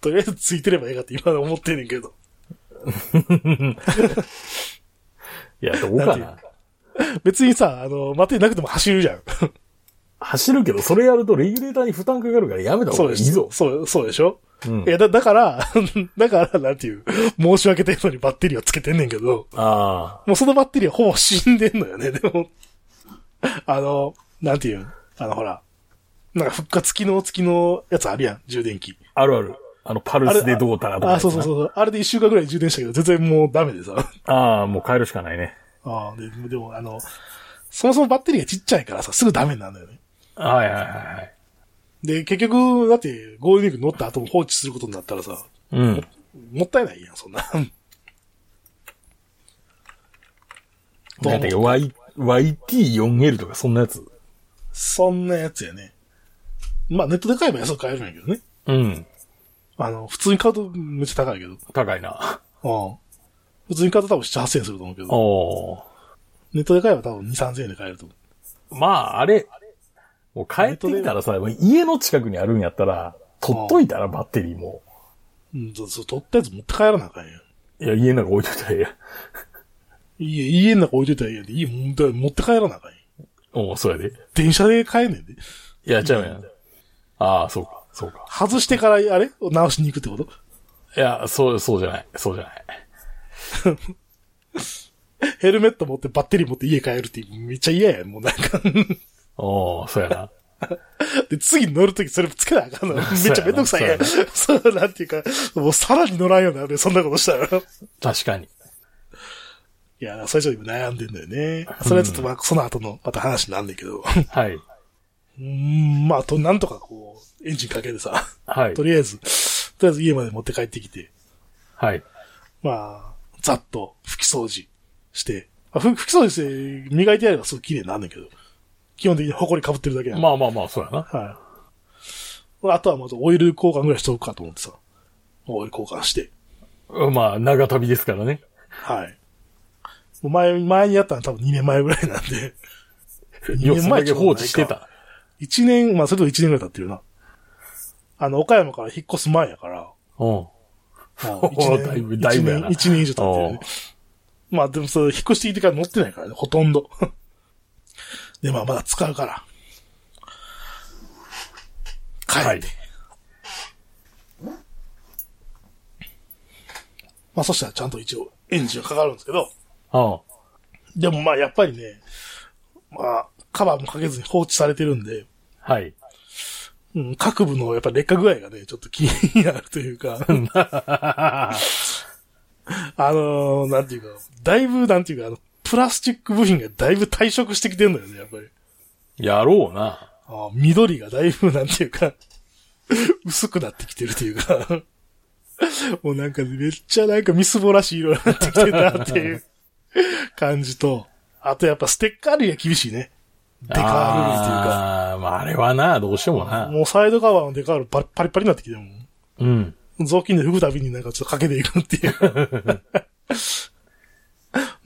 Speaker 2: とりあえずついてればええかって今思ってんねんけど。
Speaker 1: いや、どうかな。
Speaker 2: なん別にさ、あの、バッテリーなくても走 るじゃん。
Speaker 1: 走るけど、それやるとレギュレーターに負担かかるからやめた
Speaker 2: そ
Speaker 1: 方
Speaker 2: う
Speaker 1: が
Speaker 2: で
Speaker 1: いい
Speaker 2: し
Speaker 1: ぞ
Speaker 2: ょ。。そう、そうでしょ、
Speaker 1: うん
Speaker 2: いや、だ、だから、 だから、なんていう、申し訳程度にバッテリーはつけてんねんけど、
Speaker 1: あ
Speaker 2: もうそのバッテリーはほぼ死んでんのよね、でも。あの、なんていうんあの、ほら。なんか復活機能付きのやつあるやん、充電器。
Speaker 1: あ。あるある。あの、パルスでどうたらとか。
Speaker 2: あ、そうそうそう。あれで一週間ぐらい充電したけど、全然もうダメでさ。
Speaker 1: ああ、もう変えるしかないね。
Speaker 2: ああ、ででも、あの、そもそもバッテリーがちっちゃいからさ、すぐダメになるんだよね。
Speaker 1: はいはいはいはい。
Speaker 2: で、結局、だって、ゴールデンウィーク乗った後も放置することになったらさ、
Speaker 1: うん。
Speaker 2: もったいないやん、そんな。 どう
Speaker 1: なんだっけ、Y、YT4L とかそんなやつ。
Speaker 2: そんなやつやね。まあ、ネットで買えば安く買えるんやけどね。
Speaker 1: うん。
Speaker 2: あの、普通に買うとめっちゃ高いけど。
Speaker 1: 高いな。
Speaker 2: うん。普通に買うと多分7、8000円すると思うけど。
Speaker 1: おー。
Speaker 2: ネットで買えば多分2、3000円で買えると思う。
Speaker 1: まあ、あれ、もう帰ってきたらさ、家の近くにあるんやったら、取っといたらバッテリーも。
Speaker 2: うん、そうそう、取ったやつ持って帰らなあかんやん。
Speaker 1: いや、家の中置いといたらええや。
Speaker 2: 家、家の中置いといたらいいやんで、家もだから持って帰らなあかんやん。
Speaker 1: おうそうやで。
Speaker 2: 電車で帰んねんで。
Speaker 1: いや、ちゃうやん。ああ、そうか、そうか。
Speaker 2: 外してから、あれ直しに行くってこと
Speaker 1: いや、そう、そうじゃない。そうじゃない。
Speaker 2: ヘルメット持ってバッテリー持って家帰るってめっちゃ嫌やん、もうなんか。
Speaker 1: おうそうやな。
Speaker 2: で、次乗るとき それつけなあかんの。めっちゃめんどくさいやん。
Speaker 1: そ
Speaker 2: そう、なんていうか、もうさらに乗らんようになるで、そんなことしたら。い
Speaker 1: 確かに。
Speaker 2: や、それ以上今悩んでんだよね。それはちょっとまあ、その後のまた話になんだけど。
Speaker 1: はい。
Speaker 2: うん、まあ、と、なんとかこう、エンジンかけてさ、
Speaker 1: はい
Speaker 2: と。りあえず、とりあえず家まで持って帰ってきて、
Speaker 1: はい。
Speaker 2: まあ、ざっと拭き掃除して、あふ拭き掃除して磨いてやればすぐ綺麗になるんだけど、基本的に埃被ってるだけやん。
Speaker 1: まあまあまあ、そうやな。
Speaker 2: はい。あとはまずオイル交換ぐらいしとくかと思ってさ。オイル交換して。
Speaker 1: うんまあ、長旅ですからね。
Speaker 2: はい。もう前、前にやったのは多分2年前ぐらいなんで。
Speaker 1: よ、そんだけ放置して
Speaker 2: 二年前じゃない
Speaker 1: た
Speaker 2: か。。1年、まあそれとも1年ぐらい経ってるな。あの、岡山から引っ越す前やから。
Speaker 1: うん。
Speaker 2: も
Speaker 1: おーだいぶだいぶや
Speaker 2: 1
Speaker 1: な
Speaker 2: 年、一年以上経ってるね。まあでもそれ引っ越してきてから乗ってないからね、ほとんど。 で、まあまだ使うから。帰って。
Speaker 1: はい
Speaker 2: まあそしたらちゃんと一応エンジンがかかるんですけど、
Speaker 1: うん。
Speaker 2: でもまあやっぱりね、まあカバーもかけずに放置されてるんで、
Speaker 1: はい。
Speaker 2: うん、各部のやっぱ劣化具合がね、ちょっと気になるというか、あのー、なんていうか、だいぶなんていうか、あの、プラスチック部品がだいぶ退色してきてるんだよね、やっぱり。
Speaker 1: やろうな。
Speaker 2: あー緑がだいぶなんていうか、薄くなってきてるというか、もうなんかめっちゃなんかみすぼらしい色になってきてるなっていう感じと、あとやっぱステッカー類が厳しいね。デカール類というか、
Speaker 1: あーまあ、あれはな、どうしてもな。
Speaker 2: もうサイドカバーのデカールパリパリパリになってきてもん、
Speaker 1: うん。
Speaker 2: 雑巾で拭くたびになんかちょっとかけていくって いう。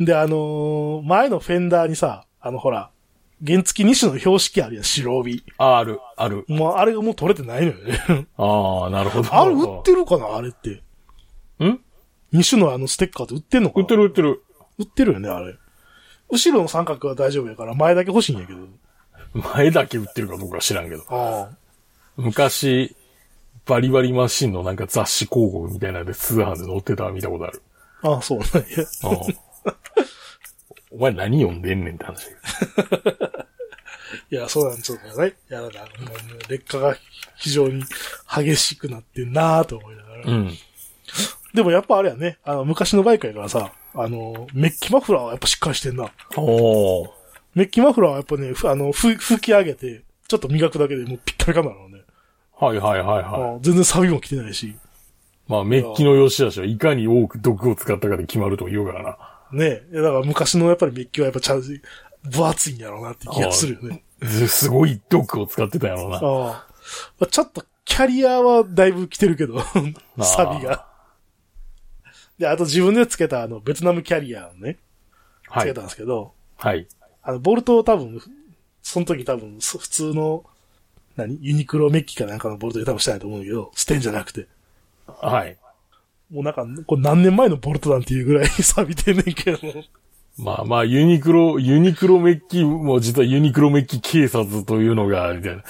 Speaker 2: で、あのー前のフェンダーにさ、あのほら、原付2種の標識あるやん、白帯。
Speaker 1: あある、ある。
Speaker 2: もうあれがもう取れてないのよ ね。
Speaker 1: ああ、なるほど。
Speaker 2: あれ売ってるかなあれって。
Speaker 1: ん
Speaker 2: 2種のあのステッカーって売ってんのか
Speaker 1: 売っ
Speaker 2: な
Speaker 1: てる売ってる。
Speaker 2: 売ってるよね、あれ。後ろの三角は大丈夫やから、前だけ欲しいんやけど。
Speaker 1: 前だけ売ってるかどうか知らんけど。
Speaker 2: ああ。
Speaker 1: 昔、バリバリマシンのなんか雑誌広告みたいなので通販で載ってたの見たことある。
Speaker 2: ああ、そうなんや。
Speaker 1: うん お前何読んでんねんって話だけど。
Speaker 2: いや、そうなんちょっとね。いや、なんかもう劣化が非常に激しくなってんなぁと思いながら。
Speaker 1: うん。
Speaker 2: でもやっぱあれやね、あの、昔のバイクやからさ、あの、メッキマフラーはやっぱしっかりしてんな。
Speaker 1: おー。
Speaker 2: メッキマフラーはやっぱね、ふあの、ふ吹き上げて、ちょっと磨くだけでもうピッカピカなのね。
Speaker 1: はいはいはい
Speaker 2: あ
Speaker 1: はい。
Speaker 2: の全然サビも来てないし。
Speaker 1: まあ、メッキの良し悪しはいかに多く毒を使ったかで決まると言うからな。
Speaker 2: ねえ。だから昔のやっぱりメッキはやっぱちゃんと分厚いんやろうなって気がするよね。
Speaker 1: ずすごい毒を使ってたやろうな。
Speaker 2: ああ。ちょっとキャリアはだいぶ来てるけど、サビが。で、あと自分でつけたあの、ベトナムキャリアをね、つ
Speaker 1: は
Speaker 2: け
Speaker 1: い
Speaker 2: た。んですけど、
Speaker 1: はい。
Speaker 2: あの、ボルトを多分、その時多分、そ普通の、何ユニクロメッキかなんかのボルトで多分してないと思うんだけど、ステンじゃなくて。
Speaker 1: はい。
Speaker 2: もうなんか、これ何年前のボルトなんていうぐ らい錆びてんねんけど。
Speaker 1: まあまあ、ユニクロ、ユニクロメッキも実はユニクロメッキ警察というのが、みたいな、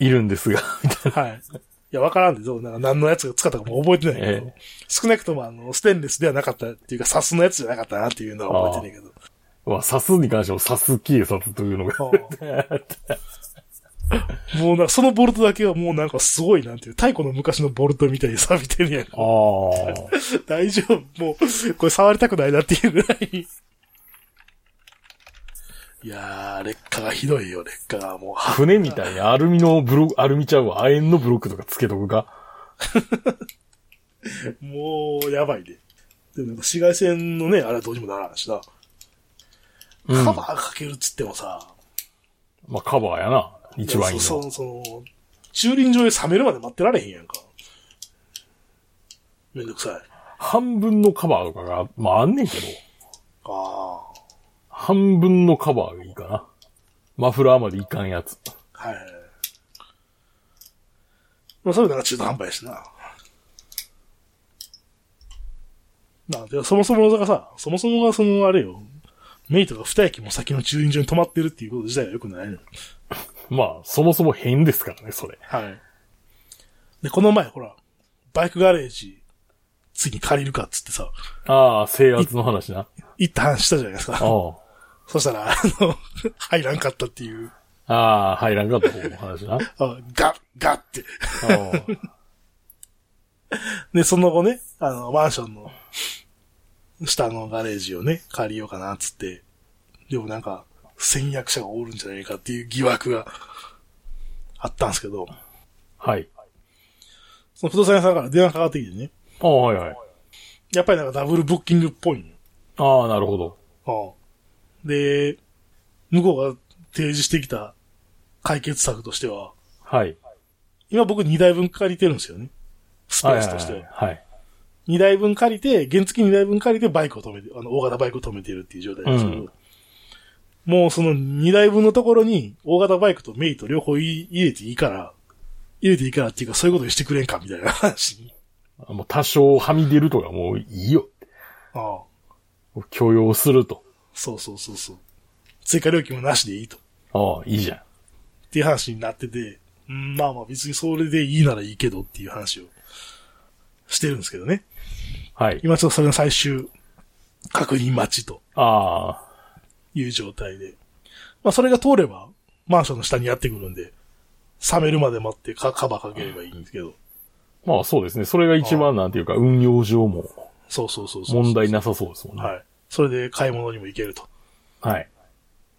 Speaker 1: いるんですが、みたいな。
Speaker 2: はい。いや、わからんで、どうなんか何のやつが使ったかも覚えてないけど、
Speaker 1: え
Speaker 2: 少なくともあの、ステンレスではなかったっていうか、サスのやつじゃなかったなっていうのは覚えてないけど。
Speaker 1: まあ、サスに関してもサス警察というのが、
Speaker 2: ああ もうなんか、そのボルトだけはもうなんかすごいなんていう、太古の昔のボルトみたいに錆びてるやん。
Speaker 1: ああ。
Speaker 2: 大丈夫。もう、これ触りたくないなっていうぐらい。いやー、劣化がひどいよ、劣化が。もう、は
Speaker 1: 船みたいにアルミのブロック、アルミちゃうわ、亜鉛のブロックとかつけとくか。
Speaker 2: もう、やばいで。でもなんか紫外線のね、あれはどうにもならんしな。
Speaker 1: うん
Speaker 2: カバーかけるっつってもさ、
Speaker 1: まあ、カバーやな。一番いい
Speaker 2: そ
Speaker 1: の。
Speaker 2: うその、駐輪場で冷めるまで待ってられへんやんか。めんどくさい。
Speaker 1: 半分のカバーとかが、まあ、あんねんけど、
Speaker 2: ああー。
Speaker 1: 半分のカバーがいいかな。マフラーまでいかんやつ。
Speaker 2: はいはいはい。まあ、それなんか中途半端やしな。なんで、そもそもがさ、そもそもがその、あれよ、メイトが二駅も先の駐輪場に止まってるっていうこと自体は良くないのよ。
Speaker 1: まあ、そもそも変ですからね、それ。
Speaker 2: はい。で、この前、ほら、バイクガレージ、ついに借りるかっつってさ、
Speaker 1: ああ、制圧の話な。
Speaker 2: 行った話したじゃないです
Speaker 1: あ
Speaker 2: か。
Speaker 1: あ。
Speaker 2: そしたら、あの、入らんかったっていう、
Speaker 1: ああ、入らんかった方の話な。あ
Speaker 2: あガッ、ガッって。
Speaker 1: あ
Speaker 2: で、その後ね、あの、マンションの、下のガレージをね、借りようかな、つって。でもなんか、戦略者がおるんじゃないかっていう疑惑があったんですけど、
Speaker 1: はい。
Speaker 2: その不動産屋さんから電話かかってきてね、
Speaker 1: ああ、はいはい。
Speaker 2: やっぱりなんかダブルブッキングっぽいのよ
Speaker 1: ああ、なるほど。
Speaker 2: うんで、向こうが提示してきた解決策としては、
Speaker 1: はい。
Speaker 2: 今僕2台分借りてるんですよね。スペースとして。
Speaker 1: はいはいはい。
Speaker 2: 2台分借りて、原付2台分借りてバイクを止めて、あの、大型バイクを止めてるっていう状態ですけど、
Speaker 1: うん
Speaker 2: もうその2台分のところに、大型バイクとメイト両方い入れていいから、入れていいからっていうか、そういうことにしてくれんか、みたいな話 に。
Speaker 1: はい。もう多少はみ出るとかもういいよ。
Speaker 2: ああ
Speaker 1: 許容すると。
Speaker 2: そうそうそうそう。追加料金もなしでいいと。
Speaker 1: ああ、いいじゃん。
Speaker 2: っていう話になってて、うん、まあまあ別にそれでいいならいいけどっていう話をしてるんですけどね。
Speaker 1: はい。
Speaker 2: 今ちょっとそれの最終確認待ちと
Speaker 1: ああ、
Speaker 2: いう状態で。まあそれが通ればマンションの下にやってくるんで、冷めるまで待ってかカバーかければいいんですけど。
Speaker 1: まあそうですね。それが一番なんていうか、運用上も
Speaker 2: そうそうそうそう。
Speaker 1: 問題なさそうですもんね。
Speaker 2: はい。それで買い物にも行けると。
Speaker 1: はい。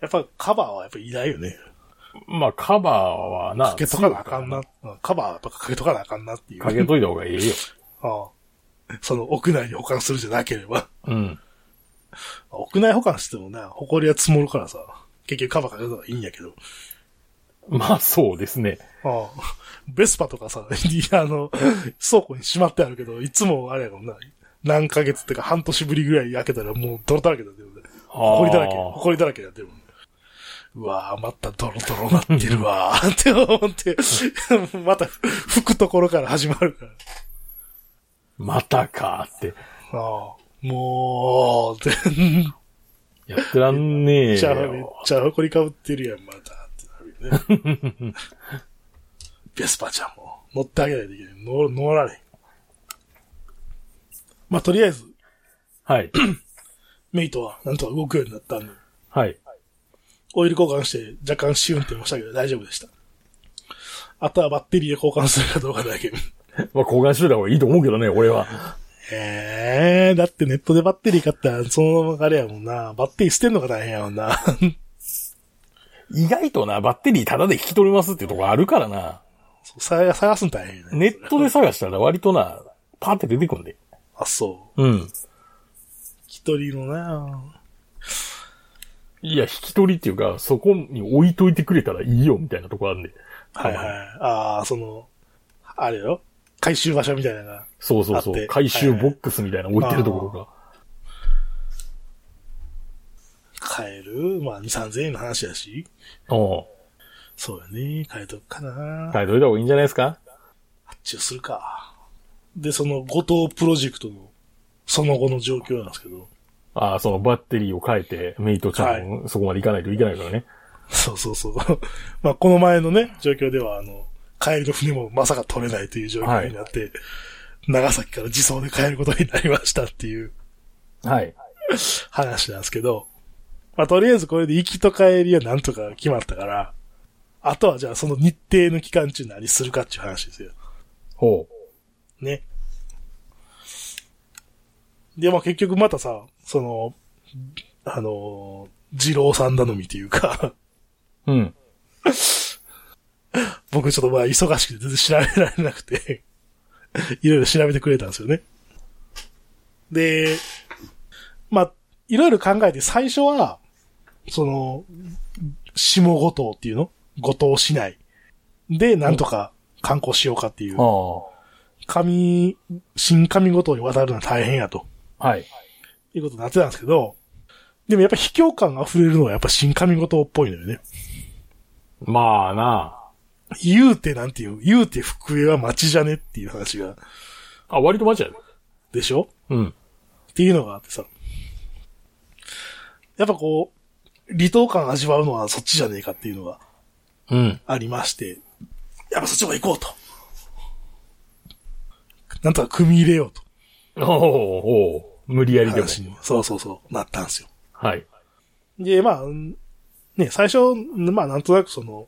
Speaker 2: やっぱカバーはやっぱ偉大よね。
Speaker 1: まあカバーはな、
Speaker 2: かけとかなあかんな。うんカバーはやっぱかけとかなあかんなっていう。
Speaker 1: かけといた方がいいよ。
Speaker 2: ああその屋内に保管するじゃなければ。
Speaker 1: うん。
Speaker 2: 屋内保管してもね、埃が積もるからさ。結局カバーかけたらいいんやけど。
Speaker 1: まあ、そうですね。
Speaker 2: ああ。ベスパとかさ、いやあの、倉庫にしまってあるけど、いつもあれやもんな。何ヶ月ってか半年ぶりぐらい開けたらもう泥だらけだってるもんね。
Speaker 1: あ
Speaker 2: 埃
Speaker 1: り
Speaker 2: だらけ、埃だらけになってるもん。うわぁ、またドロドロなってるわぁ、って思って、また拭くところから始まるから。
Speaker 1: またかーって。
Speaker 2: ああ、もう、って、
Speaker 1: やってらんね
Speaker 2: め
Speaker 1: え
Speaker 2: っちゃ、めっ
Speaker 1: よ。
Speaker 2: ちゃ埃かぶってるやん、また、ってなるよ ね。ベスパちゃんも、乗ってあげないといけない。乗乗られへん。まあ、とりあえず、
Speaker 1: はい。
Speaker 2: メイトは、なんとか動くようになったんで、
Speaker 1: はい。
Speaker 2: オイル交換して、若干試運転もしたけど大丈夫でした。あとはバッテリーで交換するかどうかだけ。
Speaker 1: まあ、交換しといた方がいいと思うけどね、俺は。
Speaker 2: ええー、だってネットでバッテリー買ったら、そのままあれやもんな。バッテリー捨てんのが大変やもんな。
Speaker 1: 意外とな、バッテリータダで引き取れますってとこあるからな。
Speaker 2: そう探探すの大変やね。
Speaker 1: ネットで探したら割とな、パーって出てくんで。
Speaker 2: あ、そう。
Speaker 1: うん。
Speaker 2: 一人のない
Speaker 1: や、引き取りっていうか、そこに置いといてくれたらいいよ、みたいなとこあるんで。
Speaker 2: はいはい
Speaker 1: い。。
Speaker 2: ああ、その、あれよ。回収場所みたいなのが。
Speaker 1: そうそう
Speaker 2: あっ
Speaker 1: そう。
Speaker 2: て
Speaker 1: 回収ボックスみたいなの置いてるところが。
Speaker 2: 買えるまあ、2、3000円の話やし。
Speaker 1: うん。
Speaker 2: そうやね。買えとくかな。はい、
Speaker 1: 変えといた方がいいんじゃないですか
Speaker 2: 発注するか。で、その、後藤プロジェクトの、その後の状況なんですけど。
Speaker 1: ああ、そのバッテリーを変えて、メイトちゃん、そこまで行かないといけないからね。
Speaker 2: そうそうそう。 まあ、この前のね、状況では、あの、帰りの船もまさか取れないという状況になって、長崎から自走で帰ることになりましたっていう
Speaker 1: はい。
Speaker 2: 話なんですけど、まあ、とりあえずこれで行きと帰りはなんとか決まったから、あとはじゃあその日程の期間中何するかっていう話ですよ。
Speaker 1: ほ
Speaker 2: ね。で、まあ結局またさ、その、あの、二郎さん頼みというか、
Speaker 1: う。うん。
Speaker 2: 僕ちょっとまあ忙しくて全然調べられなくて、 いろいろ調べてくれたんですよね。で、まあ、いろいろ考えて最初は、その、下五島っていうの五島市内でなんとか観光しようかっていう
Speaker 1: あ。あ。
Speaker 2: 上、新上五島に渡るのは大変やと。
Speaker 1: はい。
Speaker 2: いうことになってたんですけど、でもやっぱ卑怯感が溢れるのはやっぱ新上五島っぽいのよね。
Speaker 1: まあな。
Speaker 2: 言うてなんていう、言うて福江は町じゃねっていう話が、
Speaker 1: あ、割と間違い
Speaker 2: でしょ
Speaker 1: うん。
Speaker 2: っていうのがあってさ。やっぱこう、離島感味わうのはそっちじゃねえかっていうのが
Speaker 1: うん。
Speaker 2: ありまして、やっぱそっちも行こうと。なんとか組み入れようと。
Speaker 1: おおお無理やりでも。
Speaker 2: 話に。そうそうそう、なったんですよ。
Speaker 1: はい。
Speaker 2: で、まあ、うんね、最初、まあなんとなくその、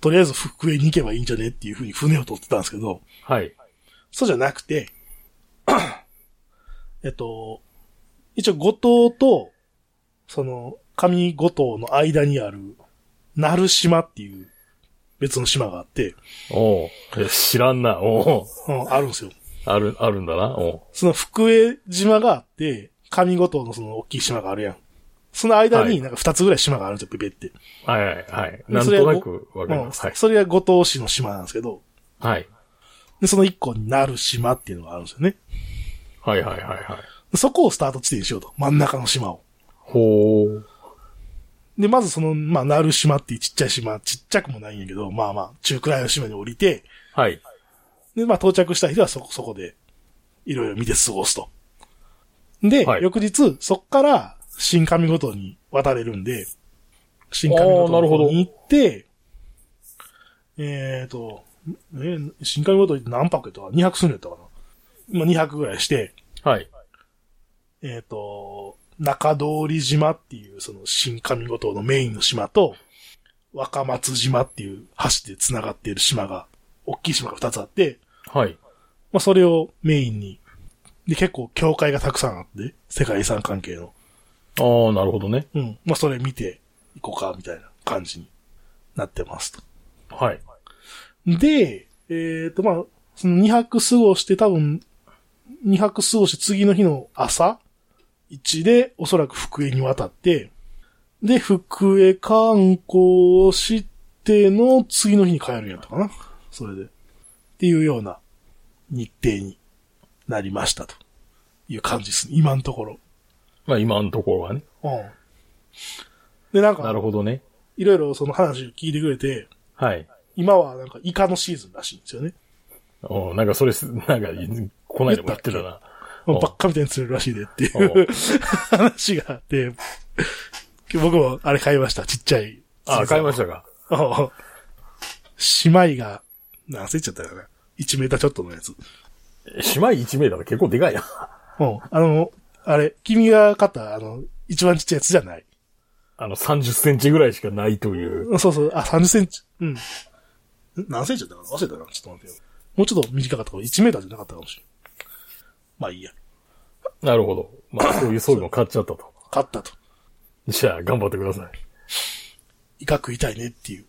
Speaker 2: とりあえず福江に行けばいいんじゃねっていうふうに船を取ってたんですけど、
Speaker 1: はい。
Speaker 2: そうじゃなくて、 えっと、一応五島と、その、上五島の間にある、鳴島っていう別の島があって、
Speaker 1: おうえ知らんな。おう
Speaker 2: うん、あるんですよ。
Speaker 1: ある、あるんだな。お
Speaker 2: その福江島があって、上五島のその大きい島があるやん。その間
Speaker 1: は
Speaker 2: に
Speaker 1: い
Speaker 2: なんか二つぐらい島があるんですよ、ペペって。
Speaker 1: うはいはいはい。
Speaker 2: で
Speaker 1: なん
Speaker 2: それ
Speaker 1: と
Speaker 2: は
Speaker 1: なくわかります。
Speaker 2: う
Speaker 1: は
Speaker 2: ん
Speaker 1: い。
Speaker 2: それが五島市の島なんですけど、
Speaker 1: はい。
Speaker 2: で、その一個になる島っていうのがあるんですよね。
Speaker 1: はいはいはいはい。
Speaker 2: そこをスタート地点にしようと。真ん中の島を。
Speaker 1: ほう。
Speaker 2: で、まずその、まあ、なる島っていうちっちゃい島、ちっちゃくもないんやけど、まあまあ、中くらいの島に降りて、
Speaker 1: はい。
Speaker 2: で、まあ、到着した人はそこ、そこで、いろいろ見て過ごすと。で、
Speaker 1: はい
Speaker 2: 翌日、そっから、新上ごとに渡れるんで、新上
Speaker 1: あ
Speaker 2: ご
Speaker 1: ーなるほど
Speaker 2: とに行って、えっ、と、えー新上ごとに何泊やったかな ?200 するんやったかなまあ、2泊ぐらいして、
Speaker 1: はい。
Speaker 2: えっ、と、中通り島っていう、その新上五島のメインの島と、若松島っていう橋で繋がっている島が、大きい島が2つあって、
Speaker 1: はい。
Speaker 2: まあそれをメインに。で、結構教会がたくさんあって、世界遺産関係の。
Speaker 1: ああ、なるほどね。
Speaker 2: うん。まあそれ見ていこうか、みたいな感じになってますと。
Speaker 1: はい。
Speaker 2: で、えっ、とまあ、その2泊過ごして多分、2泊過ごして次の日の朝、1でおそらく福江に渡って、で、福江観光をしての次の日に帰るんやったかな。それで。っていうような日程になりましたという感じですね。今のところ。
Speaker 1: まあ今のところはね。
Speaker 2: うん。で、な
Speaker 1: な
Speaker 2: んか
Speaker 1: る、ほどね。
Speaker 2: いろいろその話を聞いてくれて、
Speaker 1: はい。
Speaker 2: 今はなんかイカのシーズンらしいんですよね。
Speaker 1: おなんかそれす、なんか、こないだも言ってたな。
Speaker 2: ば
Speaker 1: ん
Speaker 2: っかみたいに釣れるらしいでって
Speaker 1: お
Speaker 2: いう話があって、僕もあれ買いました。ちっちゃい。
Speaker 1: あ、買いましたか。
Speaker 2: お姉妹が、何センチだったかな ?1 メーターちょっとのやつ。
Speaker 1: 島1メーターって結構でかいな。
Speaker 2: うん。あの、あれ、君が買った、あの、一番ちっちゃいやつじゃない。
Speaker 1: あの、30センチぐらいしかないという。
Speaker 2: うんそうそう、あ、30センチ。うん。ん何センチだったかな忘れたな。ちょっと待ってよ。もうちょっと短かったかも。1メーターじゃなかったかもしれん。まあいいや。
Speaker 1: なるほど。まあ、そういうそういうの買っちゃったと。
Speaker 2: 買ったと。
Speaker 1: じゃあ、頑張ってください。
Speaker 2: 威嚇食いたいねっていう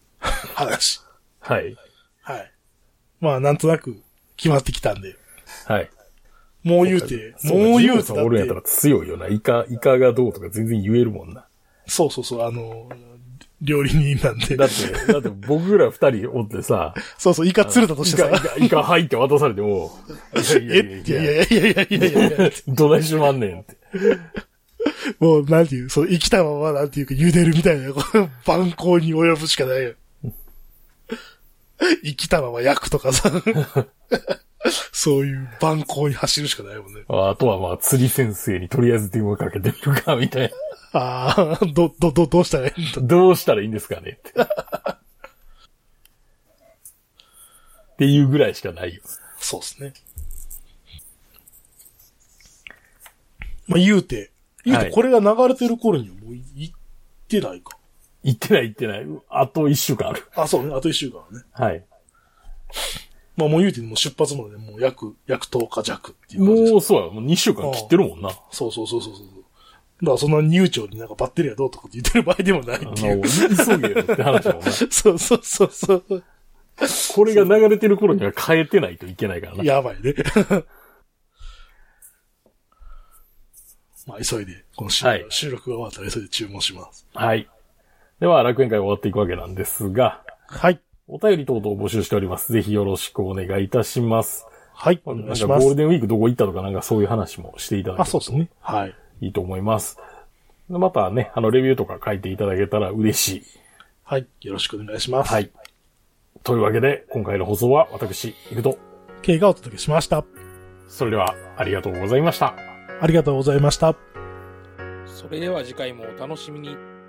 Speaker 2: 話。
Speaker 1: はい。
Speaker 2: はい。まあ、なんとなく決まってきたんで。
Speaker 1: はい。
Speaker 2: もう言うて、
Speaker 1: そ
Speaker 2: もう言う
Speaker 1: ジ
Speaker 2: て
Speaker 1: ムさんおるんやった
Speaker 2: だ
Speaker 1: ら
Speaker 2: って。
Speaker 1: 強いよな。イカ、イカがどうとか全然言えるもんな。
Speaker 2: そうそうそう、あの、料理人な んで。
Speaker 1: だって、だって僕ら二人おってさ、
Speaker 2: そうそう、イカ釣れたと
Speaker 1: イ
Speaker 2: して
Speaker 1: カ、
Speaker 2: さ
Speaker 1: イ。カ、イカ入って渡されて も、いやい
Speaker 2: え
Speaker 1: や
Speaker 2: いや
Speaker 1: い
Speaker 2: い
Speaker 1: やいや、
Speaker 2: やいやいやいやいやいや
Speaker 1: どないしまんねんって。
Speaker 2: もう、なんていう、そう、生きたまま、なんていうか、茹でるみたいな、この蛮行に及ぶしかないよ。生きたまま焼くと かさ。そういう蛮行に走るしかないもんね。
Speaker 1: あとはまあ、釣り先生にとりあえず電話かけてみるか、みたいな。
Speaker 2: ああ、ど、ど、ど、どうしたらいいんだ
Speaker 1: どうしたらいいんですかねって。 っていうぐらいしかないよ。
Speaker 2: そうですね。まあ、言うて、言う
Speaker 1: は
Speaker 2: て、
Speaker 1: い
Speaker 2: これが流れてる頃にはもう行ってないか。
Speaker 1: 行ってない行ってない。あと一週間ある。
Speaker 2: あ、そうね、あと一週間はね。
Speaker 1: はい。
Speaker 2: まあ、もう言うて、もう出発までもう約、約10日弱っていう感じです
Speaker 1: もうそうや。もう二週間切ってるもんな。あ
Speaker 2: そうそうそうそうそう。だからそんな悠長になんかバッテリーはどうとかって言ってる場合でもない
Speaker 1: の、
Speaker 2: っていう。
Speaker 1: 急げよって話だもんな。
Speaker 2: そうそうそうそう。
Speaker 1: これが流れてる頃には変えてないといけないからな。
Speaker 2: やばいね。 まあ、急いで、この収録,、
Speaker 1: はい
Speaker 2: 収録が終わったら急いで注文します。
Speaker 1: はい。では、楽園会終わっていくわけなんですが、
Speaker 2: はい。
Speaker 1: お便り等々募集しております。ぜひよろしくお願いいたします。
Speaker 2: はい。お
Speaker 1: なん
Speaker 2: 願
Speaker 1: か
Speaker 2: いしま
Speaker 1: ゴー
Speaker 2: す
Speaker 1: ル。デンウィークどこ行ったとかなんかそういう話もしていただけ
Speaker 2: あ、
Speaker 1: ると
Speaker 2: そうですね。はい。
Speaker 1: いいと思います。でまたね、あの、レビューとか書いていただけたら嬉しい。
Speaker 2: はい。よろしくお願いします。
Speaker 1: は。い。というわけで、今回の放送は私、いくと。
Speaker 2: 経がお届けしました。
Speaker 1: それでは、ありがとうございました。
Speaker 2: ありがとうございました。
Speaker 3: それでは次回もお楽しみに。